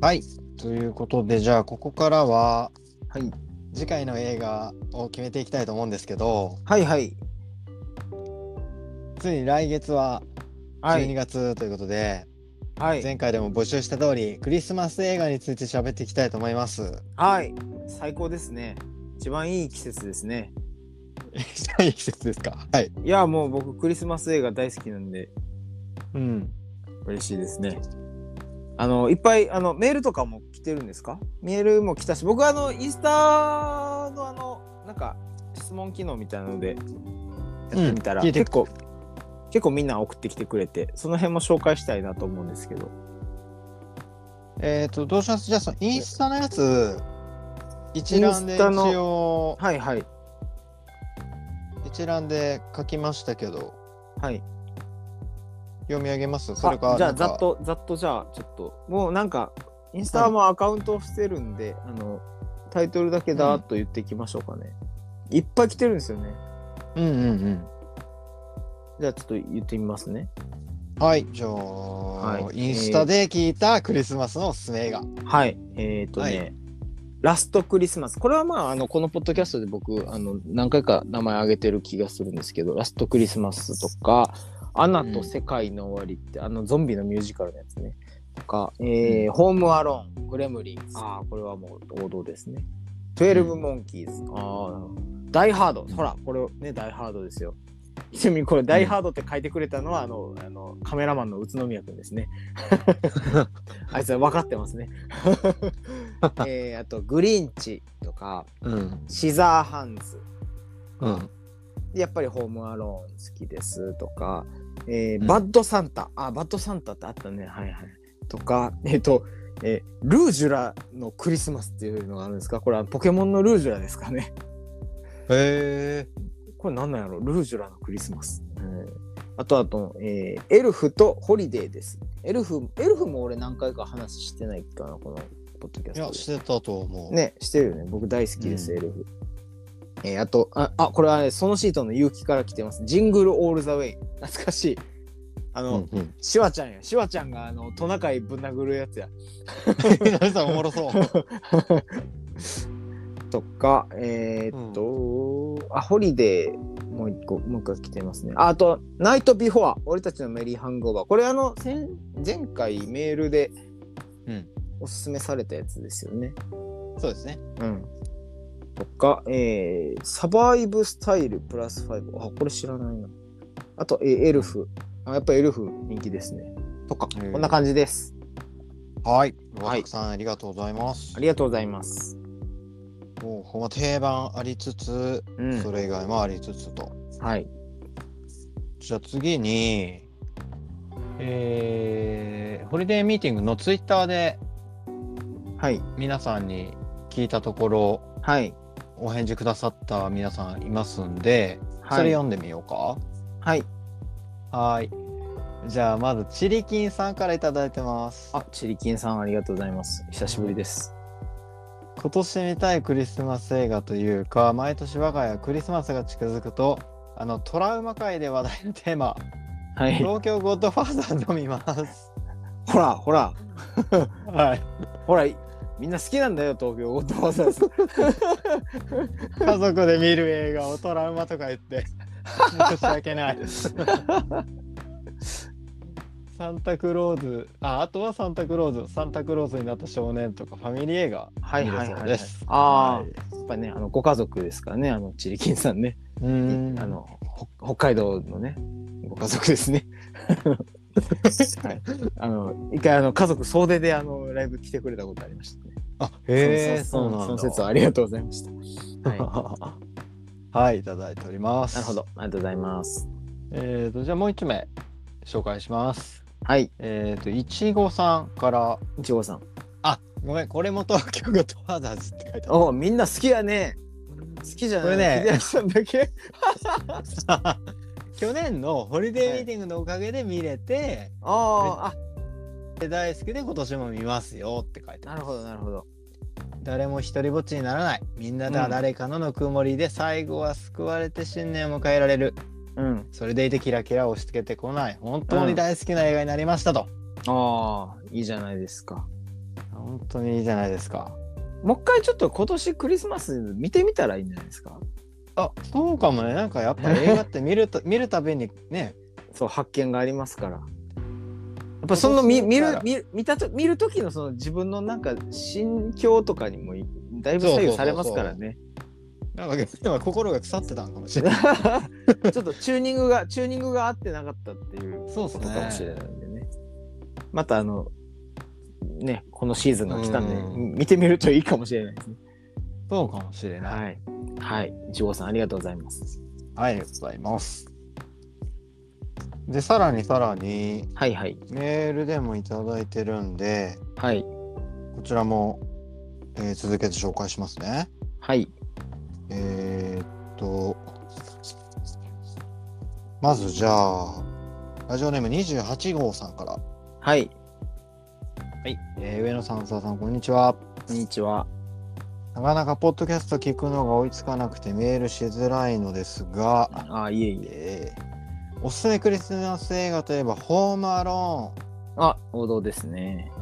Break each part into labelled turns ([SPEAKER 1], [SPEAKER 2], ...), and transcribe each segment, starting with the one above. [SPEAKER 1] はい。ということで、じゃあ、ここからは、
[SPEAKER 2] はい。
[SPEAKER 1] 次回の映画を決めていきたいと思うんですけど、
[SPEAKER 2] はいはい。
[SPEAKER 1] ついに来月は
[SPEAKER 2] は
[SPEAKER 1] 12
[SPEAKER 2] い。
[SPEAKER 1] 月ということで、
[SPEAKER 2] はい。
[SPEAKER 1] 前回でも募集した通り、クリスマス映画について喋っていきたいと思い ます。
[SPEAKER 2] はい。最高ですね。一番いい季節ですね。
[SPEAKER 1] いい季節ですかはい。
[SPEAKER 2] いや、もう僕、クリスマス映画大好きなんで、
[SPEAKER 1] うん。
[SPEAKER 2] 嬉しいですね。あの、いっぱい、あの、メールとかも来てるんですかメールも来たし、僕、あの、インスタの、あの、なんか、質問機能みたいなので、やってみたら、
[SPEAKER 1] うん聞いて
[SPEAKER 2] 結構、結構みんな送ってきてくれて、その辺も紹介したいなと思うんですけど。
[SPEAKER 1] えっ、と、どうしますじゃあ、そのインスタのやつ、一覧
[SPEAKER 2] イ
[SPEAKER 1] で
[SPEAKER 2] ンス
[SPEAKER 1] 一
[SPEAKER 2] タの
[SPEAKER 1] 応、
[SPEAKER 2] はいはい。
[SPEAKER 1] 一覧で書きましたけど、
[SPEAKER 2] はい。
[SPEAKER 1] 読み上げますそれ
[SPEAKER 2] あ
[SPEAKER 1] か
[SPEAKER 2] じゃ
[SPEAKER 1] な
[SPEAKER 2] あ
[SPEAKER 1] んか
[SPEAKER 2] ざっとざっとじゃあちょっともうなんかインスタもアカウントをしてるんで、あのタイトルだけだーっと言っていきましょうかね、いっぱい来てるんですよね
[SPEAKER 1] うんうん
[SPEAKER 2] じゃあちょっと言ってみますね
[SPEAKER 1] うんはいじゃあ、
[SPEAKER 2] い
[SPEAKER 1] インスタで聞いたクリスマスのおすすめ映画、
[SPEAKER 2] はいえっ、ー、とね、
[SPEAKER 1] はい
[SPEAKER 2] ラストクリスマスこれはまああのこのポッドキャストで僕あの何回か名前挙げてる気がするんですけどラストクリスマスとか「アナと世界の終わり」って、あのゾンビのミュージカルのやつねとか、えー
[SPEAKER 1] うん
[SPEAKER 2] ホームアローン」「グレムリン」ああこれはもう王道ですね「12モンキーズ」ああダイハード」ほらこれねダイハードですよちなみにこれ「ダイハード」って書いてくれたのは、あのあのカメラマンの宇都宮君で すねあいつは分かってますねえーあと「グリンチ」とか
[SPEAKER 1] うん
[SPEAKER 2] 「シザーハンズ」
[SPEAKER 1] うん
[SPEAKER 2] でやっぱりホームアローン好きですとか、えー
[SPEAKER 1] うん
[SPEAKER 2] バッドサンタ、あ、バッドサンタってあったね、はいはい。とか、えっ、と、えールージュラのクリスマスっていうのがあるんですかこれはポケモンのルージュラですかね。
[SPEAKER 1] へえ
[SPEAKER 2] これなんなんやろルージュラのクリスマス。うんあとあと、えーエルフとホリデーです。エルフ、エルフも俺何回か話してないかな、このポッドキャスト
[SPEAKER 1] い
[SPEAKER 2] で。
[SPEAKER 1] やしてたと思う、
[SPEAKER 2] ね、してるよね。僕大好きです、
[SPEAKER 1] うん
[SPEAKER 2] エルフ。えーあと、あ、あこれはね、そのシートの勇気から来てます。ジングルオールザウェイ。懐かしい。あ
[SPEAKER 1] う
[SPEAKER 2] の、
[SPEAKER 1] んうん、
[SPEAKER 2] シュワちゃんや。シュワちゃんが、あの、トナカイぶん殴るやつや。
[SPEAKER 1] 皆さんおもろそう
[SPEAKER 2] とか、えーっと、あ、ホリデー、もう一個、もう一個来てますね。ああと、ナイトビフォア、俺たちのメリーハングオーバー。これ、あの、先前回メールで
[SPEAKER 1] うん、
[SPEAKER 2] おすすめされたやつですよね。
[SPEAKER 1] そうですね
[SPEAKER 2] うん。とか、えー、サバイブスタイルプラス5。あ、これ知らないな。あと、えーエルフ。あ、やっぱエルフ人気ですね。とか、
[SPEAKER 1] へー
[SPEAKER 2] こんな感じです。
[SPEAKER 1] はい、
[SPEAKER 2] は
[SPEAKER 1] はいい、たくさんありがとうございます
[SPEAKER 2] ありがとうございます。
[SPEAKER 1] もうほんま定番ありつつ、
[SPEAKER 2] うん
[SPEAKER 1] そ。れ以外もありつつと
[SPEAKER 2] はい。
[SPEAKER 1] じゃあ次にえー、ホリデーミーティングのツイッターで
[SPEAKER 2] はい。
[SPEAKER 1] 皆さんに聞いたところ
[SPEAKER 2] はい。
[SPEAKER 1] お返事くださった皆さんいますんで、
[SPEAKER 2] はい
[SPEAKER 1] それ読んでみようか
[SPEAKER 2] はい。
[SPEAKER 1] はいじゃあまずチリキンさんからいただいてます
[SPEAKER 2] あ、チリキンさん、ありがとうございます。久しぶりです。
[SPEAKER 1] 今年見たいクリスマス映画というか毎年我が家はクリスマスが近づくとあのトラウマ界で話題のテーマ
[SPEAKER 2] は
[SPEAKER 1] 「
[SPEAKER 2] い。
[SPEAKER 1] 東京ゴッドファーザー」と見ます
[SPEAKER 2] ほら、ほら、
[SPEAKER 1] はい
[SPEAKER 2] ほら、みんな好きなんだよ、東京ゴッドファーザー ズ。
[SPEAKER 1] 家族で見る映画をトラウマとか言って申し訳 ないサンタクローズああとはサンタクローズサンタクローズになった少年とかファミリー映画
[SPEAKER 2] はい
[SPEAKER 1] 見る
[SPEAKER 2] はい
[SPEAKER 1] そ
[SPEAKER 2] は
[SPEAKER 1] う
[SPEAKER 2] いは
[SPEAKER 1] で
[SPEAKER 2] い
[SPEAKER 1] す。
[SPEAKER 2] ああ、やっぱね、あの、ご家族ですからね、あの、チリキンさんね。
[SPEAKER 1] あうん
[SPEAKER 2] あのほ北海道のねご家族です ね。はい、あの一回あの家族総出であのライブ来てくれたことありましたね。
[SPEAKER 1] あへえ
[SPEAKER 2] そ
[SPEAKER 1] そう
[SPEAKER 2] の
[SPEAKER 1] なんだ
[SPEAKER 2] その説はありがとうございました。はい、な
[SPEAKER 1] はい、い、ただいております。
[SPEAKER 2] るほ。どありがとうございます。
[SPEAKER 1] えっ、と、じゃあもう一名紹介します。
[SPEAKER 2] はい
[SPEAKER 1] えっ、と、いちごさんから、
[SPEAKER 2] いちごさん。
[SPEAKER 1] あごめん、これも東京ゴッドファーザーズって書いて
[SPEAKER 2] おみんな好きやね。好きじゃない。
[SPEAKER 1] これね
[SPEAKER 2] 秀明さんだ け。
[SPEAKER 1] ある。 去年のホリデーミーティングのおかげで見れて、
[SPEAKER 2] あーあ
[SPEAKER 1] で大好きで今年も見ますよって書いてあ
[SPEAKER 2] な
[SPEAKER 1] る。
[SPEAKER 2] るほどなるほど。
[SPEAKER 1] 誰も一人ぼっちにならない。みんなが誰かのぬくもりで最後は救われて新年を迎えられる。
[SPEAKER 2] うん。
[SPEAKER 1] それでいてキラキラを押し付けてこない。本当に大好きな映画になりましたと。
[SPEAKER 2] ああいいじゃないですか。
[SPEAKER 1] 本当にいいじゃないですか。
[SPEAKER 2] もう一回ちょっと今年クリスマス見てみたらいいんじゃないですか
[SPEAKER 1] あそうかもねなんかやっぱ映画って見ると 見るたびにね
[SPEAKER 2] そう発見がありますからやっぱその見
[SPEAKER 1] そう
[SPEAKER 2] 見
[SPEAKER 1] そう
[SPEAKER 2] る見る見たと見る時のその自分のなんか心境とかにもいだいぶ左右されますからね
[SPEAKER 1] なんか逆に心が腐ってたのかもしれない。
[SPEAKER 2] ちょっとチューニングがチューニングが合ってなかったっていう
[SPEAKER 1] そうっす
[SPEAKER 2] こ
[SPEAKER 1] ね
[SPEAKER 2] とかもしれないんでねまたあのねこのシーズンが来たんで
[SPEAKER 1] うん
[SPEAKER 2] 見てみるといいかもしれないですね
[SPEAKER 1] そうかもしれない。
[SPEAKER 2] はいはい一号さんありがとうございます
[SPEAKER 1] はい、ありがとうございます。でさらにさらに
[SPEAKER 2] はいはい
[SPEAKER 1] メールでもいただいてるんで
[SPEAKER 2] はい
[SPEAKER 1] こちらも、えー続けて紹介しますね。
[SPEAKER 2] はい
[SPEAKER 1] えーっと、まずじゃあ、ラジオネーム28号さんから。は
[SPEAKER 2] はい
[SPEAKER 1] い。えー上野さん、澤さん、こんにちは。
[SPEAKER 2] こんにちは
[SPEAKER 1] なかなかポッドキャスト聞くのが追いつかなくてメールしづらいのですが、
[SPEAKER 2] ああいえいえ
[SPEAKER 1] えーおすすめクリスマス映画といえば、ホームアローン。
[SPEAKER 2] あ王道ですね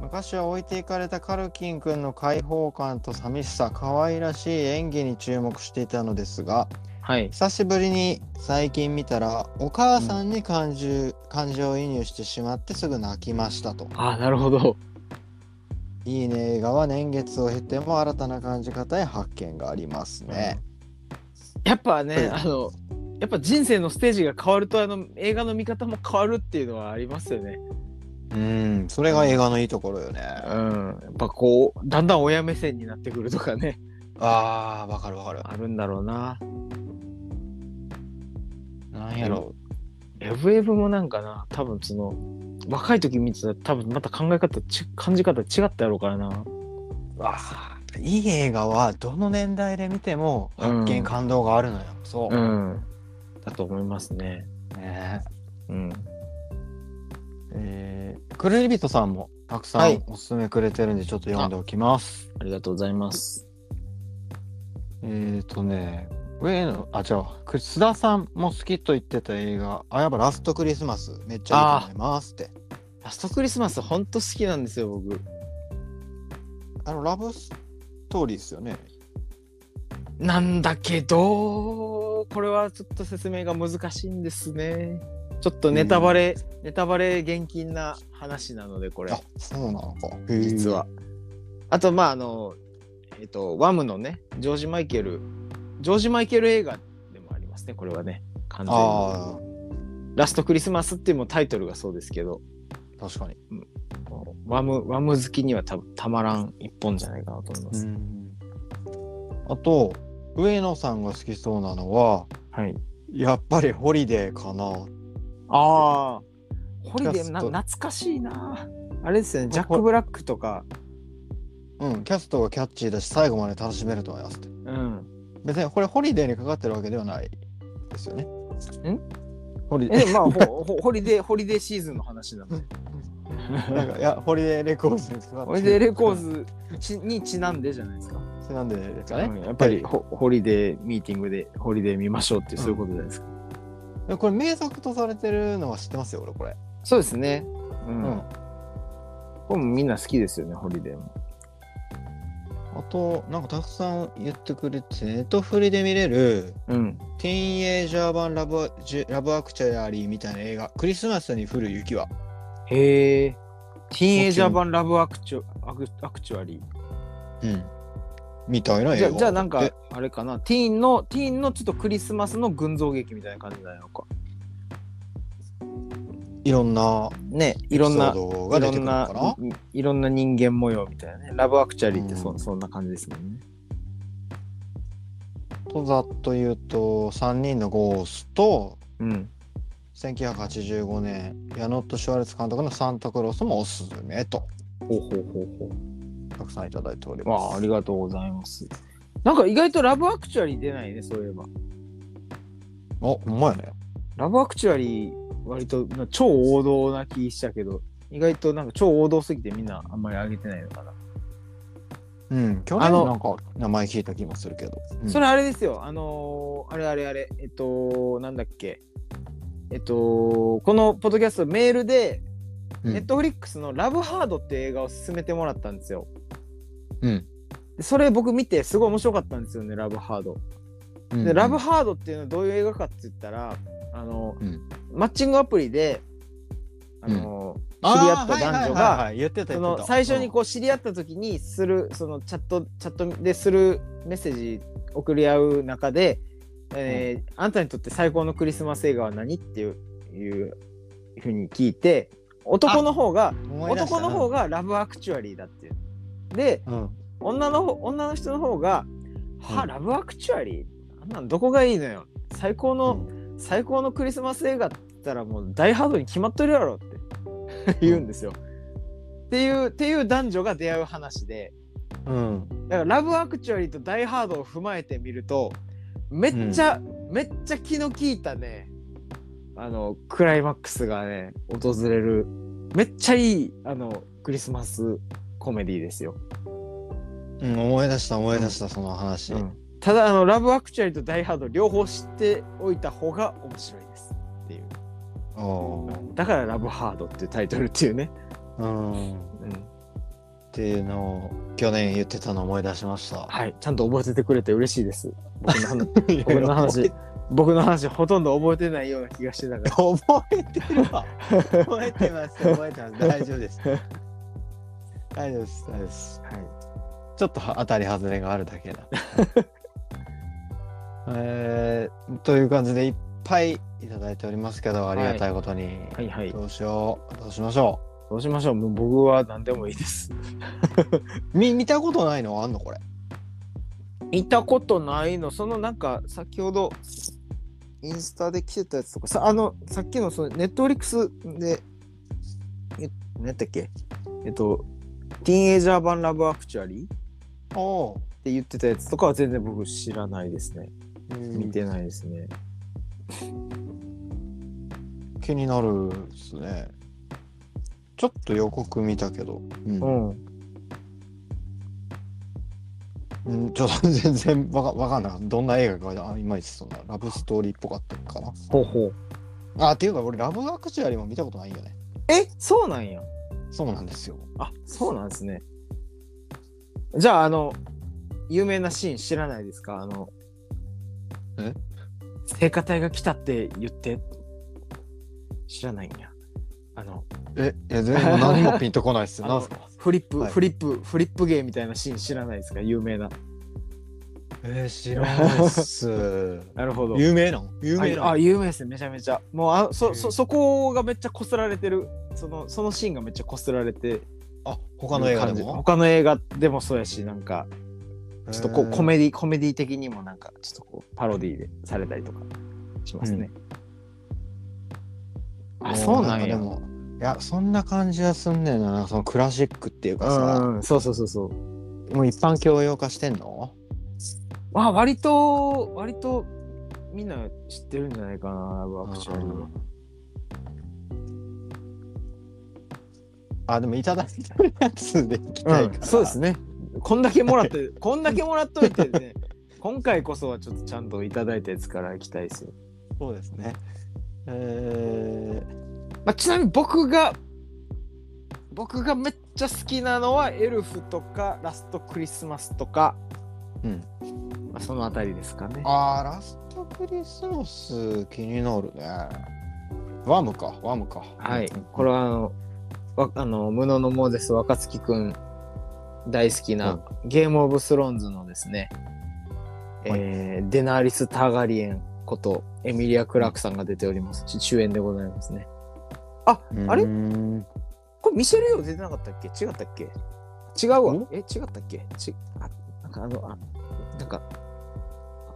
[SPEAKER 1] 昔は置いていかれたカルキン君の開放感と寂しさ、可愛らしい演技に注目していたのですが、
[SPEAKER 2] はい
[SPEAKER 1] 久しぶりに最近見たらお母さんに感情,、感情移入してしまってすぐ泣きましたと
[SPEAKER 2] あなるほど
[SPEAKER 1] いいね映画は年月を経ても新たな感じ方や発見がありますね、
[SPEAKER 2] やっぱねあのやっぱ人生のステージが変わるとあの映画の見方も変わるっていうのはありますよね
[SPEAKER 1] うんそれが映画のいいところよねあ
[SPEAKER 2] うん、やっぱこうだんだん親目線になってくるとかね
[SPEAKER 1] あーわかるわかる
[SPEAKER 2] あるんだろうな
[SPEAKER 1] なんやろ
[SPEAKER 2] エブエブもなんかな多分その若い時見てたら多分また考え方ち感じ方違ったやろうからな
[SPEAKER 1] あーいい映画はどの年代で見ても発見、
[SPEAKER 2] うん
[SPEAKER 1] 感動があるのよそう、
[SPEAKER 2] うんだと思いますね
[SPEAKER 1] ね
[SPEAKER 2] うん
[SPEAKER 1] えー、クルリビトさんもたくさ
[SPEAKER 2] は
[SPEAKER 1] ん
[SPEAKER 2] い
[SPEAKER 1] おすすめくれてるんでちょっと読んでおきます、
[SPEAKER 2] ありがとうございます
[SPEAKER 1] えーとね、上野、あ、違うわ、く須田さんも好きと言ってた映画、あ、やっぱラストクリスマス、めっちゃいいと思いますって。
[SPEAKER 2] ラストクリスマスほんと好きなんですよ僕
[SPEAKER 1] あの、ラブストーリーですよね。
[SPEAKER 2] なんだけどこれはちょっと説明が難しいんですねちょっとネタバレ、ネタバレ厳禁な話なのでこれ
[SPEAKER 1] あ、そうなのか。
[SPEAKER 2] 実は。あとまああのえっ、とワムのねジョージ・マイケルジョージ・マイケル映画でもありますねこれはね完
[SPEAKER 1] へー。
[SPEAKER 2] 全に
[SPEAKER 1] あ
[SPEAKER 2] ラストクリスマスっていうもうタイトルがそうですけど
[SPEAKER 1] あ、確かに。
[SPEAKER 2] ワムワム好きにはたたまらん一本じゃないかなと思います、
[SPEAKER 1] あと、上野さんが好きそうなのは、
[SPEAKER 2] はい
[SPEAKER 1] やっぱりホリデーかな。
[SPEAKER 2] ああホリデー
[SPEAKER 1] ラス
[SPEAKER 2] な
[SPEAKER 1] ト
[SPEAKER 2] 懐かしいなあれですねジャック・ブラックとか
[SPEAKER 1] うん、キャストがキャッチーだし、最後まで楽しめると思いますって。
[SPEAKER 2] うん
[SPEAKER 1] 別にこれホリデーにかかってるわけではないですよね。んホリデー
[SPEAKER 2] えでもまあほほホリデーホリデーシーズンの話なので
[SPEAKER 1] なんかいやホリデーレコーズに使って
[SPEAKER 2] ホリデーレコーズちにちなんでじゃないですか
[SPEAKER 1] ズなんでですかね、
[SPEAKER 2] うんやっぱりホホリデーミーティングでホリデー見ましょうっていうそういうことじゃないですか、
[SPEAKER 1] でこれ名作とされてるのは知ってますよ俺これ
[SPEAKER 2] そうですねうん、
[SPEAKER 1] うん
[SPEAKER 2] これもみんな好きですよねホリデーも
[SPEAKER 1] あとなんかたくさん言ってくれてネットフリで見れる
[SPEAKER 2] うん
[SPEAKER 1] ティーンエイジャー版ラブジュラブアクチャリーみたいな映画クリスマスに降る雪は
[SPEAKER 2] へえティーンエイジャー版ラブアクチュアクアクチュアリ
[SPEAKER 1] うんみたいな
[SPEAKER 2] ーじ
[SPEAKER 1] 映
[SPEAKER 2] ゃあ
[SPEAKER 1] 画
[SPEAKER 2] じゃあなんか
[SPEAKER 1] で
[SPEAKER 2] あれかなティーンのティーンのちょっとクリスマスの群像劇みたいな感じなのか
[SPEAKER 1] いろんな
[SPEAKER 2] ねいろん
[SPEAKER 1] エ
[SPEAKER 2] な
[SPEAKER 1] ピソードが
[SPEAKER 2] い
[SPEAKER 1] 出
[SPEAKER 2] ろ
[SPEAKER 1] てく
[SPEAKER 2] ん
[SPEAKER 1] るのか
[SPEAKER 2] な
[SPEAKER 1] ない
[SPEAKER 2] いろんな人間模様みたいなねラブアクチュアリーってそ,、、
[SPEAKER 1] うんん
[SPEAKER 2] そんな感じですもんね
[SPEAKER 1] とざっと言うと3人のゴースト
[SPEAKER 2] うん
[SPEAKER 1] 1985年ヤノット・シュワルツ監督のサンタクロースもおすすめと
[SPEAKER 2] ほうほうほうほう
[SPEAKER 1] たくさんいただいており
[SPEAKER 2] わ
[SPEAKER 1] ます
[SPEAKER 2] あありがとうございます。なんか意外とラブアクチュアリー出ないね、そういえば。
[SPEAKER 1] お、ほんまやね。
[SPEAKER 2] ラブアクチュアリー、割とな超王道な気したけど、意外となんか超王道すぎてみんなあんまり上げてないのかな。
[SPEAKER 1] うん、去
[SPEAKER 2] あ
[SPEAKER 1] 年
[SPEAKER 2] の
[SPEAKER 1] なんか名前聞いた気もするけど。うん
[SPEAKER 2] それあれですよ、あのーあれあれあれ、えっと、なんだっけ、えっと、このポッドキャストメールで、
[SPEAKER 1] うん
[SPEAKER 2] ネットフリックスの「ラブハード」って映画を勧めてもらったんですよ。
[SPEAKER 1] うん。
[SPEAKER 2] でそれ僕見てすごい面白かったんですよね「ラブハード」。
[SPEAKER 1] うん
[SPEAKER 2] で「ラブハード」っていうのはどういう映画かって言ったらあの、
[SPEAKER 1] うん
[SPEAKER 2] マッチングアプリであの、
[SPEAKER 1] あー
[SPEAKER 2] 知り合った男女が
[SPEAKER 1] はいはいはいはい言ってた
[SPEAKER 2] そ
[SPEAKER 1] 言って
[SPEAKER 2] の
[SPEAKER 1] た
[SPEAKER 2] 最初にこう知り合った時にするそのチャットチャットでするメッセージ送り合う中で、えーあんたにとって最高のクリスマス映画は何っていういうふうに聞いて男の方が
[SPEAKER 1] うん思い出した
[SPEAKER 2] 男の方がラブアクチュアリーだっていう。で、
[SPEAKER 1] うん
[SPEAKER 2] 女の方女の人の方が「は
[SPEAKER 1] うん
[SPEAKER 2] ラブアクチュアリーあんなんどこがいいのよ最高
[SPEAKER 1] う
[SPEAKER 2] の、
[SPEAKER 1] ん
[SPEAKER 2] 最高のクリスマス映画って言ったらもう大ハードに決まっとるやろ」って言うんですよ。っていうっていう男女が出会う話で
[SPEAKER 1] うん
[SPEAKER 2] だから「ラブアクチュアリー」と「大ハード」を踏まえてみるとめっちゃ、めっちゃ気の利いたねあのクライマックスがね訪れるめっちゃいいあのクリスマスコメディですよ。
[SPEAKER 1] うん思い出した思い出したその話
[SPEAKER 2] うんただあのラブアクチュアリーとダイハード両方知っておいた方が面白いですっていう
[SPEAKER 1] お
[SPEAKER 2] だからラブハードっていうタイトルっていうね、
[SPEAKER 1] ーうんっ
[SPEAKER 2] うん、
[SPEAKER 1] ていうのを去年言ってたの思い出しました
[SPEAKER 2] はいちゃんと覚えててくれて嬉しいです僕の 話僕
[SPEAKER 1] いや
[SPEAKER 2] の話 僕の話ほとんど覚えてないような気がしてたか
[SPEAKER 1] 覚えてる わ覚えてます覚えてます大丈夫です大丈夫です大丈夫です
[SPEAKER 2] ら、はい、
[SPEAKER 1] ちょっと当たり外れがあるだ けだ。えーという感じでいっぱいいただいておりますけどありがたいことに、
[SPEAKER 2] はいはい
[SPEAKER 1] どうしようどうしましょ
[SPEAKER 2] どうしましょうもう僕は何でもいいです
[SPEAKER 1] うみ見たことないのあんのこれ
[SPEAKER 2] 見たことないのそのなんか先ほどインスタで来てたやつとかさあのさっきのそのネットフリックスでえ何やったっけえっとティーンエイジャー版ラブアクチュアリー
[SPEAKER 1] おお
[SPEAKER 2] って言ってたやつとかは全然僕知らないですね。
[SPEAKER 1] ー、
[SPEAKER 2] 見てないですね。
[SPEAKER 1] 気になるですねちょっと予告見たけど、うん
[SPEAKER 2] ん。
[SPEAKER 1] うんちょっと全然わかわかんないどんな映画かあいまいちそんなラブストーリーっぽかったのかな
[SPEAKER 2] ほうほう。
[SPEAKER 1] あっていうか俺ラブアクチュアリーも見たことないよね
[SPEAKER 2] え、そうなんや。
[SPEAKER 1] そうなんですよ
[SPEAKER 2] あ、そうなんですね。じゃあ、あの、有名なシーン知らないですかあの、
[SPEAKER 1] え
[SPEAKER 2] 聖火隊が来たって言って、知らないんや。あの、
[SPEAKER 1] え、いや全然何もピンとこないっす よ。
[SPEAKER 2] あの
[SPEAKER 1] なんすか
[SPEAKER 2] フリップ、
[SPEAKER 1] はい
[SPEAKER 2] フリップ、フリップ芸みたいなシーン知らないですか有名な。
[SPEAKER 1] えー、知らないっす。
[SPEAKER 2] なるほど。
[SPEAKER 1] 有名なん有名
[SPEAKER 2] あ
[SPEAKER 1] なん
[SPEAKER 2] あ有名ですねめちゃめちゃもうあそ
[SPEAKER 1] へ
[SPEAKER 2] そ
[SPEAKER 1] え
[SPEAKER 2] そこがめっちゃこすられてるそのそのシーンがめっちゃこすられて
[SPEAKER 1] あ、他の映画で
[SPEAKER 2] る感じ
[SPEAKER 1] も
[SPEAKER 2] 他の映画でもそうやしなんかちょっとこうコメディコメディ的にもなんかちょっとこうパロディでされたりとかしますね、あそうなんや
[SPEAKER 1] でも、いや、そんな感じはすんねんな。なんかそのクラシックっていうか
[SPEAKER 2] う
[SPEAKER 1] さ、
[SPEAKER 2] んうんそうそうそうそう
[SPEAKER 1] もう一般教養化してんの
[SPEAKER 2] まあ割と割とみんな知ってるんじゃないかなラブアクチュアリーは
[SPEAKER 1] あ、でもいただいたやつでいきたいから。
[SPEAKER 2] うんそうですねこんだけもらってこんだけもらっといてね 今回こそはちょっとちゃんといただいたやつからいきたいですよ、
[SPEAKER 1] そうですね。え
[SPEAKER 2] まあ、ちなみに僕が僕がめっちゃ好きなのはエルフとかラストクリスマスとか、
[SPEAKER 1] ー、うん。
[SPEAKER 2] まあ、そのあたりですかね
[SPEAKER 1] あー、ラストクリスマス気になるね。ワムか、ワムか。
[SPEAKER 2] はい
[SPEAKER 1] うん
[SPEAKER 2] これはあのわあの無能のモーゼス若月くん大好きな、
[SPEAKER 1] うん
[SPEAKER 2] ゲームオブスローンズのですね、
[SPEAKER 1] はい
[SPEAKER 2] えーデナーリス・ターガリエンことエミリア・クラークさんが出ておりますし主演でございますねああれ
[SPEAKER 1] うーん
[SPEAKER 2] これミシェル・ヨー出てなかったっけ違ったっけ違うわ。え、違ったっけちあなんかあの、あなんか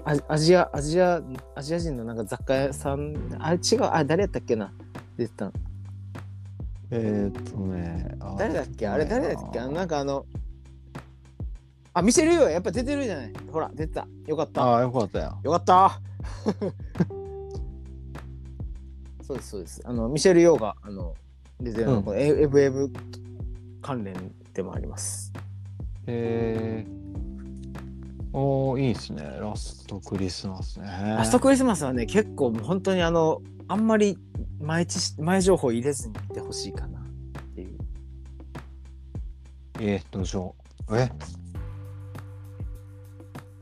[SPEAKER 2] ア、アジア、アジア、アジア人のなんか雑貨屋さん、あれ違う、あれ誰やったっけな出てたの。
[SPEAKER 1] えー、っとね、あ
[SPEAKER 2] 誰だっけあれ誰だっけあの、なんんかあの、あ、ミシェル・ヨーやっぱ出てるじゃない。ほら、出てた。よかった。
[SPEAKER 1] あー、よかったよ。
[SPEAKER 2] よかった そうです、そうです。あの、ミシェル・ヨーが、あの、出てるの、
[SPEAKER 1] うん
[SPEAKER 2] このエエブエブ関連でもあります。
[SPEAKER 1] えー、おー、いいですね。ラストクリスマスね。
[SPEAKER 2] ラ
[SPEAKER 1] ラ
[SPEAKER 2] ストクリスマスはね結構もう本当にあのあんまり前知前情報入れずに見てほしいかな
[SPEAKER 1] えー、どうしよう。え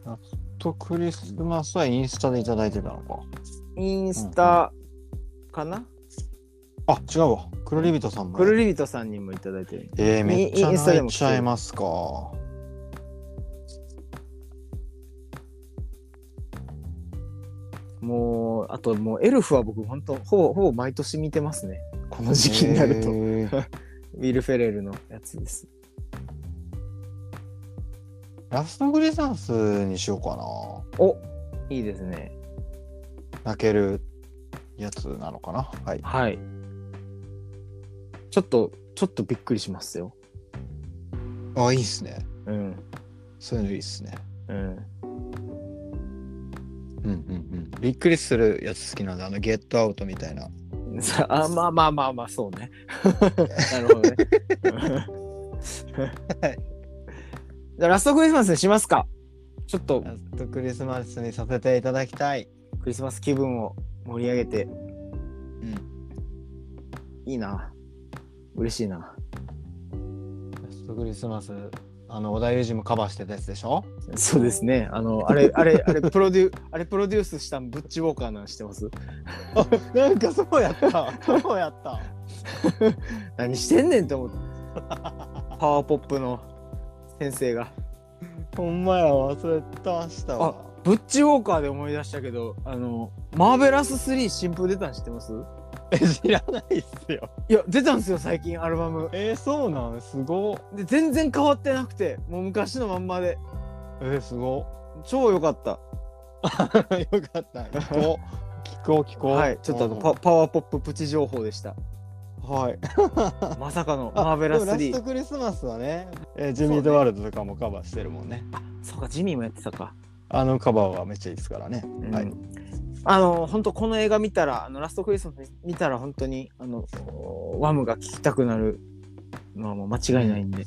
[SPEAKER 1] ラストクリスマスはインスタでいただいてたのか。
[SPEAKER 2] インスタかな、
[SPEAKER 1] あ、違うわ。クロリビトさんも。
[SPEAKER 2] くるりびとさんにもいただいてる。
[SPEAKER 1] えー、めっちゃ
[SPEAKER 2] インスタで
[SPEAKER 1] 泣い
[SPEAKER 2] も来
[SPEAKER 1] ち
[SPEAKER 2] てる
[SPEAKER 1] ゃいますか。
[SPEAKER 2] もう、あともうエルフは僕、本当ほぼ、ほぼ毎年見てますね。この時期になると。
[SPEAKER 1] えー
[SPEAKER 2] ウィル・フェレルのやつです。
[SPEAKER 1] ラストクリスマスにしようかな。
[SPEAKER 2] おいいですね。
[SPEAKER 1] 泣けるやつなのかな。はい。
[SPEAKER 2] はい。ちょっと、ちょっとびっくりしますよ。
[SPEAKER 1] あ、いいっすね。
[SPEAKER 2] うん。
[SPEAKER 1] そういうのいいっすね。
[SPEAKER 2] うん。
[SPEAKER 1] うんうんうん。びっくりするやつ好きなんで、あの、ゲットアウトみたいな。
[SPEAKER 2] さ あまあまあまあまあそうね。 なるほどね。じゃあラストクリスマスにしますか。ちょっと
[SPEAKER 1] ラストクリスマスにさせていただきたい。
[SPEAKER 2] クリスマス気分を盛り上げて
[SPEAKER 1] うん。
[SPEAKER 2] いいな。嬉しいな。
[SPEAKER 1] ラストクリスマス、あの、小田裕二もカバーしてたやつでしょ
[SPEAKER 2] そうですね。あのあれあれあれプロデュあれプロデュースしたんブッチウォーカーなんしてます。
[SPEAKER 1] あなんかそうや った。そうやった。
[SPEAKER 2] 何してんねんって思って。パワーポップの先生が。
[SPEAKER 1] ほんまや、忘れてましたわ。
[SPEAKER 2] ブッチウォーカーで思い出したけど、あの、マーベラス3新風出たん知ってます
[SPEAKER 1] え、知らないっすよ。
[SPEAKER 2] いや、出たんですよ、最近アルバム。
[SPEAKER 1] えー、そうなんすごっ。
[SPEAKER 2] で、全然変わってなくて、もう昔のまんまで。
[SPEAKER 1] えー、すごっ。
[SPEAKER 2] 超良かった。
[SPEAKER 1] よかった。聞こう。聞こう、聞こう。
[SPEAKER 2] はい、ちょっとあの、パパワーポッププチ情報で した。
[SPEAKER 1] うんはい。
[SPEAKER 2] まさかの
[SPEAKER 1] あ
[SPEAKER 2] マーベラ
[SPEAKER 1] で
[SPEAKER 2] ス
[SPEAKER 1] もラスト
[SPEAKER 2] 3。
[SPEAKER 1] クリスマスはね、えージミー・ドワールドとかもカバーしてるもんね。
[SPEAKER 2] そうか、ジミーもやってたか。
[SPEAKER 1] あのカバーはめっちゃいいですからね。
[SPEAKER 2] うん
[SPEAKER 1] はい。
[SPEAKER 2] あの、本当この映画見たら、あの、ラストクリスマス見たら、本当に、あの、ワムが聴きたくなるのはもう間違いないんで。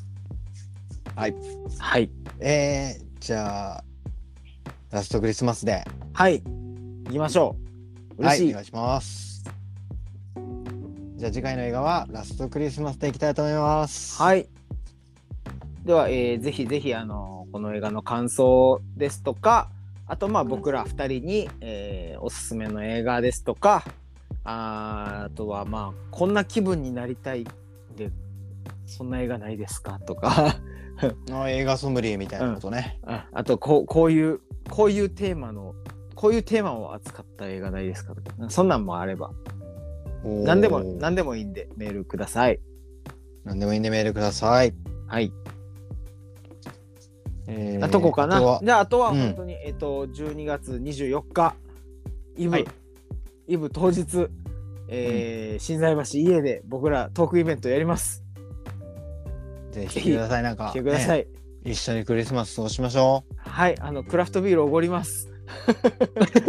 [SPEAKER 1] はい。
[SPEAKER 2] はい。
[SPEAKER 1] えー、じゃあ、ラストクリスマスで、
[SPEAKER 2] はい。行きましょう。嬉し
[SPEAKER 1] はい、
[SPEAKER 2] い
[SPEAKER 1] お願いします。じゃあ次回の映画はラストクリスマスでいきたいと思います。い。
[SPEAKER 2] はい。では、えーぜひぜひ、あのこの映画の感想ですとか、あと、まあ、僕ら2人に、えーおすすめの映画ですとか、あーあとは、まあ、こんな気分になりたいで、そんな映画ないですかとか、
[SPEAKER 1] の映画ソムリエみたいなことね。
[SPEAKER 2] ああとこう、こういう、こういうテーマの、こういうテーマを扱った映画ないですかとか、そんなんもあれば、
[SPEAKER 1] おー
[SPEAKER 2] 何でも、何でもいいんで、メールください。
[SPEAKER 1] なんでもいいんでメールください。
[SPEAKER 2] はい。
[SPEAKER 1] え
[SPEAKER 2] なとこかな。
[SPEAKER 1] あとは
[SPEAKER 2] じゃあ、あとは
[SPEAKER 1] うん
[SPEAKER 2] 本当に、えっと、12月24日、イブ、
[SPEAKER 1] はい
[SPEAKER 2] イブ当日、えー新材橋家で僕らトークイベントやります。
[SPEAKER 1] ぜひ来てください。なんか、
[SPEAKER 2] 来てくださ
[SPEAKER 1] ね
[SPEAKER 2] い。
[SPEAKER 1] 一緒にクリスマス過ごしましょ
[SPEAKER 2] はい、あの、クラフトビールおごります。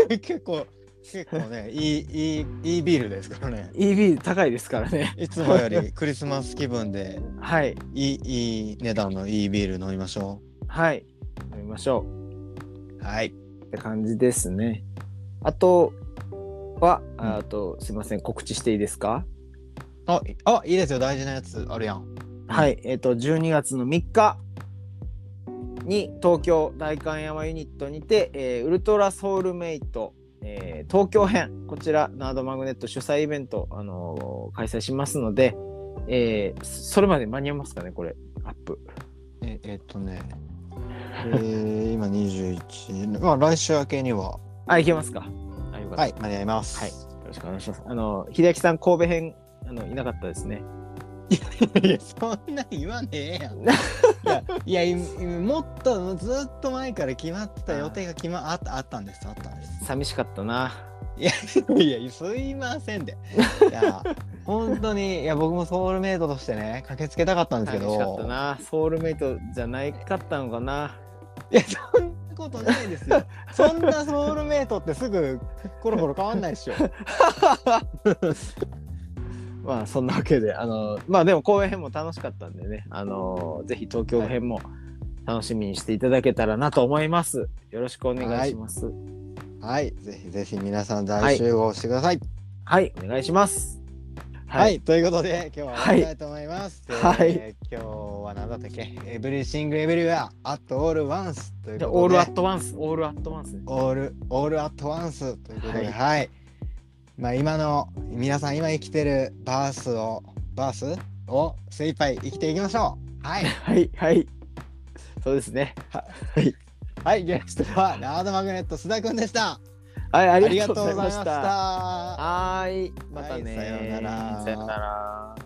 [SPEAKER 1] う。 結構、結構ね、いい、いい、いいビールですからね。
[SPEAKER 2] EB 高いですからね。
[SPEAKER 1] いつもよりクリスマス気分で、
[SPEAKER 2] はい、
[SPEAKER 1] いい、いい値段のいいビール飲みましょ
[SPEAKER 2] はい。飲みましょう。
[SPEAKER 1] う。はい。
[SPEAKER 2] って感じですね。あとは、ああと、すいません、告知していいですか
[SPEAKER 1] あ、いあいいですよ。大事なやつあるやん。
[SPEAKER 2] はい、えっ、と12月の3日に東京代官山ユニットにて、えーウルトラソウルメイト、えー東京編こちらナードマグネット主催イベント、あのー開催しますので、えーそれまで間に合いますかねこれアップ
[SPEAKER 1] え、えっと ね、えー、今21、まあ来週明けには、
[SPEAKER 2] あいけますかあよかった、
[SPEAKER 1] は
[SPEAKER 2] よ
[SPEAKER 1] い、間に合います。
[SPEAKER 2] はいろしくお願いしますあの秀明さん神戸編あのいなかったですね
[SPEAKER 1] いや、そんな言わねえやん。いやいやいもっとずっと前から決まってた予定が決まあったあったんですあったんです。
[SPEAKER 2] 寂しかったない
[SPEAKER 1] やいやすいませんで。いや本当にいや僕もソウルメイトとしてね駆けつけたかったんですけ
[SPEAKER 2] 寂
[SPEAKER 1] ど。
[SPEAKER 2] しかったなソウルメイトじゃないかったのかない
[SPEAKER 1] やそんなことないですよ。そんなソウルメイトってすぐコロコロ変わんないっ しょ。
[SPEAKER 2] まあそんなわけであのまあでも公演編も楽しかったんでねあのぜひ東京編も楽しみにしていただけたらなと思います。よろしくお願いします。はい、
[SPEAKER 1] はいぜひぜひ皆さん大集合してください。
[SPEAKER 2] お願いします。
[SPEAKER 1] はい、
[SPEAKER 2] はい。
[SPEAKER 1] ということで今日は終わりたいと思い ます。
[SPEAKER 2] はい
[SPEAKER 1] えー今日は何だったっけ ?Everything Everywhere at All Once という
[SPEAKER 2] じゃあ
[SPEAKER 1] こ
[SPEAKER 2] オ
[SPEAKER 1] と
[SPEAKER 2] ールア
[SPEAKER 1] で
[SPEAKER 2] ットワンス、オールアットワンス。
[SPEAKER 1] オールオールアットワンスということで、
[SPEAKER 2] はい
[SPEAKER 1] はい、まあ今の皆さん今生きてるバースをバースを精一杯生きていきましょう。はい。
[SPEAKER 2] はい、はい。そうですね。
[SPEAKER 1] はい、ゲスト はラードマグネット須田くんでした。
[SPEAKER 2] はい、あ
[SPEAKER 1] あ
[SPEAKER 2] り
[SPEAKER 1] りが
[SPEAKER 2] がと
[SPEAKER 1] と
[SPEAKER 2] う
[SPEAKER 1] う
[SPEAKER 2] ご
[SPEAKER 1] ございま
[SPEAKER 2] ざいまし。
[SPEAKER 1] したた。
[SPEAKER 2] はい、またね。
[SPEAKER 1] はいさようなら
[SPEAKER 2] さようなら。